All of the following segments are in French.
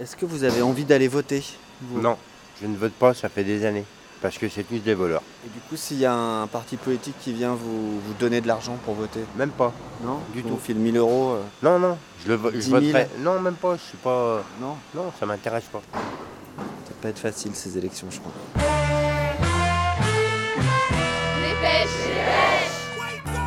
Est-ce que vous avez envie d'aller voter vous Non, je ne vote pas, ça fait des années. Parce que c'est tous des voleurs. Et du coup, s'il y a un parti politique qui vient vous, vous donner de l'argent pour voter, Même pas. non Du On tout. file 1000 euros euh, Non, non, je le vo- je 10 000. voterai. Non, même pas, je suis pas. euh, Non, Non, ça m'intéresse pas. ça peut être facile ces élections, je crois.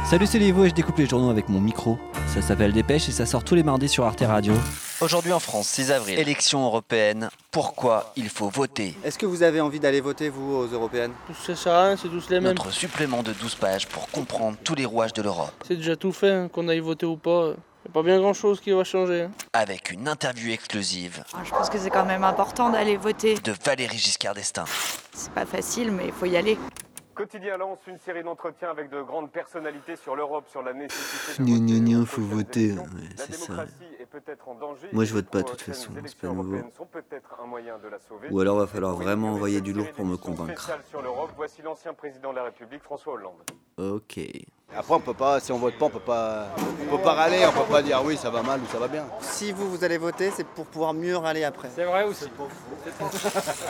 Salut, c'est Lévo et je découpe les journaux avec mon micro. Ça s'appelle Dépêche et ça sort tous les mardis sur Arte Radio. Aujourd'hui en France, 6 avril, élection européenne. Pourquoi il faut voter Est-ce que vous avez envie d'aller voter, vous, aux européennes Tous ça sert à rien, c'est tous les mêmes. Notre supplément de 12 pages pour comprendre tous les rouages de l'Europe. C'est déjà tout fait, hein, qu'on aille voter ou pas. Y a pas bien grand chose qui va changer. hein. Avec une interview exclusive Ah, Je pense que c'est quand même important d'aller voter. de Valérie Giscard d'Estaing. C'est pas facile, mais il faut y aller. Quotidien lance une série d'entretiens avec de grandes personnalités sur l'Europe, sur la nécessité. Gna, de gna, gna, aux faut prochaines voter, hein, élections. ouais, La c'est ça. démocratie est peut-être en danger. Moi, je et vote les pas, de toute prochaines façon, c'est élections pas nouveau. européennes sont peut-être un moyen de la sauver. Ou alors, va falloir Pour vraiment inaugurer envoyer cette du lourd série pour me d'émissions convaincre. spéciales sur l'Europe, voici l'ancien président de la République, François Hollande. Ok. Après, on peut pas, si on vote pas, on peut pas, on peut pas râler, on peut pas dire oui, ça va mal ou ça va bien. Si vous, vous allez voter, c'est pour pouvoir mieux râler après.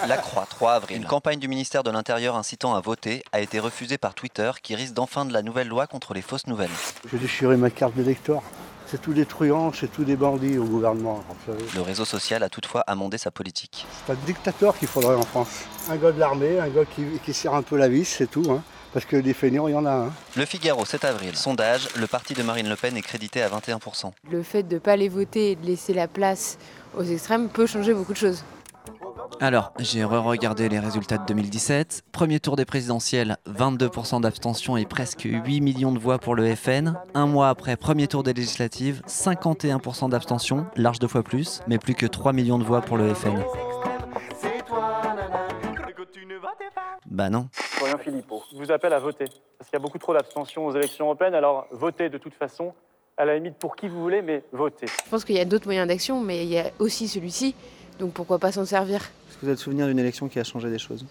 La Croix, 3 avril. Une campagne du ministère de l'Intérieur incitant à voter a été refusée par Twitter qui risque d'enfreindre la nouvelle loi contre les fausses nouvelles. J'ai déchiré ma carte d'électeur. C'est tous des truands, c'est tous des bandits au gouvernement. vous savez. Le réseau social a toutefois amendé sa politique. C'est un dictateur qu'il faudrait en France. Un gars de l'armée, un gars qui, qui serre un peu la vis, c'est tout. hein. Parce que des fainéants, il y en a. hein. Le Figaro, 7 avril. Sondage, le parti de Marine Le Pen est crédité à 21%. Le fait de ne pas les voter et de laisser la place aux extrêmes peut changer beaucoup de choses. Alors, j'ai re-regardé les résultats de 2017. Premier tour des présidentielles, 22% d'abstention et presque 8 millions de voix pour le FN. Un mois après, premier tour des législatives, 51% d'abstention, large deux fois plus, mais plus que 3 millions de voix pour le FN. Bah non. Florian Philippot. Je vous appelle à voter. Parce qu'il y a beaucoup trop d'abstention aux élections européennes, alors votez de toute façon, à la limite pour qui vous voulez, mais votez. Je pense qu'il y a d'autres moyens d'action, mais il y a aussi celui-ci, donc pourquoi pas s'en servir Est-ce que vous avez le souvenir d'une élection qui a changé des choses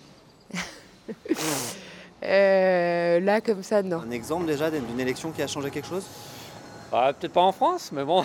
Euh, Là, comme ça, non. Un exemple déjà d'une élection qui a changé quelque chose Bah, Peut-être pas en France, mais bon.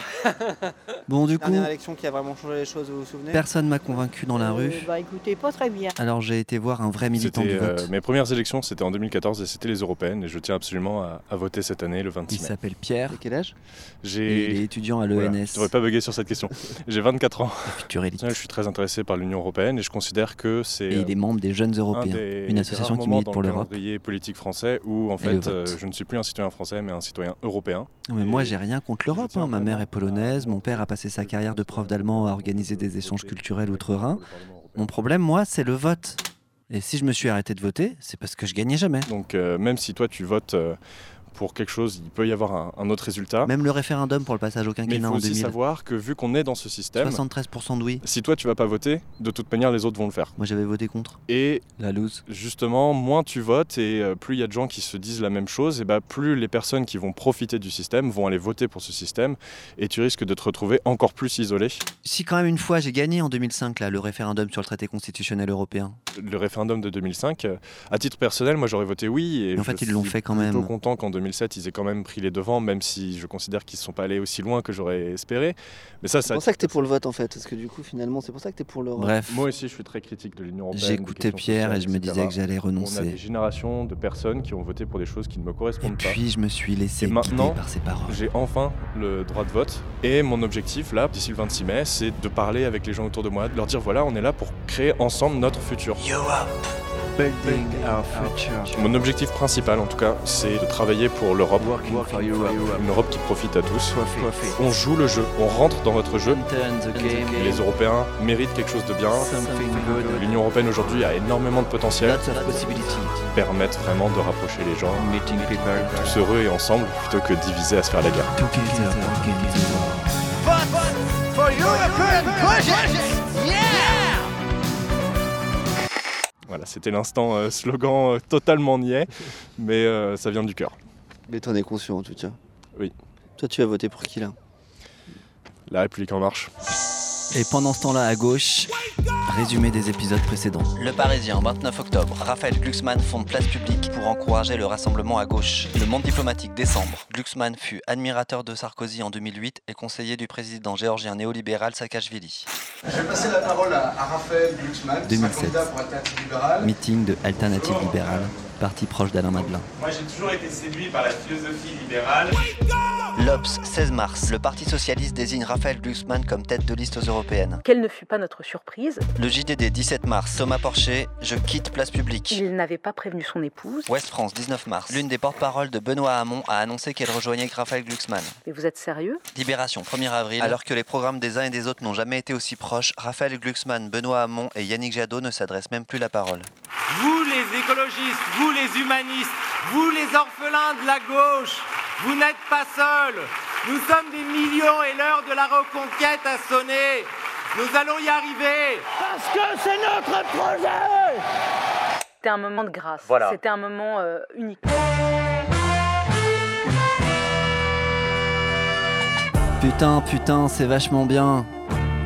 Bon, du coup, Dernière élection qui a vraiment changé les choses, vous vous souvenez personne m'a convaincu dans la rue. bah écoutez, pas très bien. Alors j'ai été voir un vrai militant du C'était, euh, vote. mes premières élections, c'était en 2014 et c'était les européennes. Et je tiens absolument à, à voter cette année, le Il 26 mai. s'appelle Pierre. À quel âge J'ai. et Il est étudiant à voilà, l'ENS. je devrais pas bugger sur cette question. J'ai 24 ans. Futur élite. Je suis très intéressé par l'Union européenne et je considère que c'est. euh, Et il est membre des jeunes un européens. des- une des association rares qui moments milite dans pour le l'Europe. calendrier politique français où, en le fait, vote. euh, je ne suis plus un citoyen français, mais un citoyen européen. Non, mais moi, j'ai rien contre l'Europe. hein. Ma mère est polonaise, mon père a passé sa carrière de prof d'allemand à organiser des échanges culturels outre-Rhin. Mon problème, moi, c'est le vote. Et si je me suis arrêté de voter, c'est parce que je gagnais jamais. Donc, euh, même si toi, tu votes euh, pour quelque chose, il peut y avoir un, un autre résultat. Même le référendum pour le passage au mais il quinquennat faut en aussi 2000, savoir que, vu qu'on est dans ce système, 73% de oui. si toi, tu vas pas voter, de toute manière, les autres vont le faire. Moi, j'avais voté contre. Et La loose. justement, moins tu votes et euh, plus il y a de gens qui se disent la même chose, et bah, plus les personnes qui vont profiter du système vont aller voter pour ce système, et tu risques de te retrouver encore plus isolé. Si quand même une fois, j'ai gagné en 2005 là, le référendum sur le traité constitutionnel européen. Le référendum de 2005, euh, à titre personnel, moi j'aurais voté oui. Mais Et en je fait, ils l'ont suis fait quand plutôt même. content qu'en 2007, ils aient quand même pris les devants, même si je considère qu'ils ne sont pas allés aussi loin que j'aurais espéré. Mais ça, C'est ça. pour ça que t'es pour le vote en fait, parce que du coup finalement c'est pour ça que t'es pour l'Europe. Bref, Moi aussi, je suis très critique de l'Union européenne. des j'écoutais questions Pierre et sociales, je me etc. disais que j'allais On a des renoncer. générations de personnes qui ont voté pour des choses qui ne me Et correspondent pas. puis, je me suis laissé Et guider maintenant, par ses paroles. J'ai enfin le droit de vote et mon objectif là, d'ici le 26 mai, c'est de parler avec les gens autour de moi, de leur dire voilà, on est là pour créer ensemble notre futur. Mon objectif principal en tout cas, c'est de travailler pour l'Europe, une Europe qui profite à tous. On joue le jeu, on rentre dans votre jeu. Les Européens méritent quelque chose de bien. L'Union européenne aujourd'hui a énormément de potentiel pour permettre vraiment de rapprocher les gens, tous heureux et ensemble, plutôt que divisés à se faire la guerre. Voilà, c'était l'instant euh, slogan euh, totalement niais, mais euh, ça vient du cœur. Mais t'en es conscient en tout cas. Oui. Toi tu vas voter pour qui là La République en marche. Et pendant ce temps-là, à gauche, résumé des épisodes précédents. Le Parisien, 29 octobre. Raphaël Glucksmann fonde Place Publique pour encourager le rassemblement à gauche. Le Monde diplomatique, décembre. Glucksmann fut admirateur de Sarkozy en 2008 et conseiller du président géorgien néolibéral Saakashvili. Je vais passer la parole à, à Raphaël Glucksmann, qui est un 2007. candidat pour Alternative Libérale. Meeting de Alternative Libérale, parti proche d'Alain Madelin. Moi, j'ai toujours été séduit par la philosophie libérale. L'Obs, 16 mars. Le Parti Socialiste désigne Raphaël Glucksmann comme tête de liste aux européennes. Quelle ne fut pas notre surprise Le JDD, 17 mars. Thomas Porcher, je quitte Place Publique. Il n'avait pas prévenu son épouse. Ouest France, 19 mars. L'une des porte-paroles de Benoît Hamon a annoncé qu'elle rejoignait Raphaël Glucksmann. Mais vous êtes sérieux Libération, 1er avril. Alors que les programmes des uns et des autres n'ont jamais été aussi proches, Raphaël Glucksmann, Benoît Hamon et Yannick Jadot ne s'adressent même plus la parole. Vous, les écologistes, vous, les humanistes, vous, les orphelins de la gauche, vous n'êtes pas seuls. Nous sommes des millions et l'heure de la reconquête a sonné. Nous allons y arriver. Parce que c'est notre projet C'était un moment de grâce. Voilà. C'était un moment euh, unique. Putain, putain, c'est vachement bien.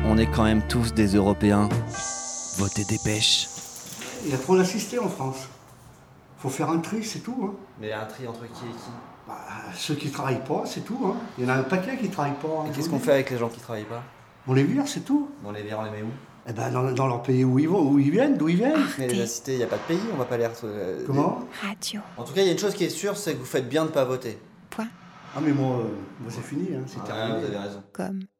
On est quand même tous des Européens. Votez dépêche. Il y a trop d'assistés en France. Faut faire un tri, c'est tout. hein. Euh, Mais un tri entre qui et qui Ceux qui travaillent pas, c'est tout. hein. Il y en a un paquet qui travaillent pas. hein. Et qu'est-ce qu'on fait avec les gens qui travaillent pas On les vire, c'est tout. On les vire, on les met où Eh ben, dans, dans leur pays où ils vont, où ils viennent, d'où ils viennent. Mais la cité, il n'y a pas de pays, on va pas les euh, retrouver. Comment Radio. En tout cas, il y a une chose qui est sûre, c'est que vous faites bien de pas voter. Ah mais moi, euh, moi, c'est fini, hein, c'est Ah, terminé. vous avez raison. Comme.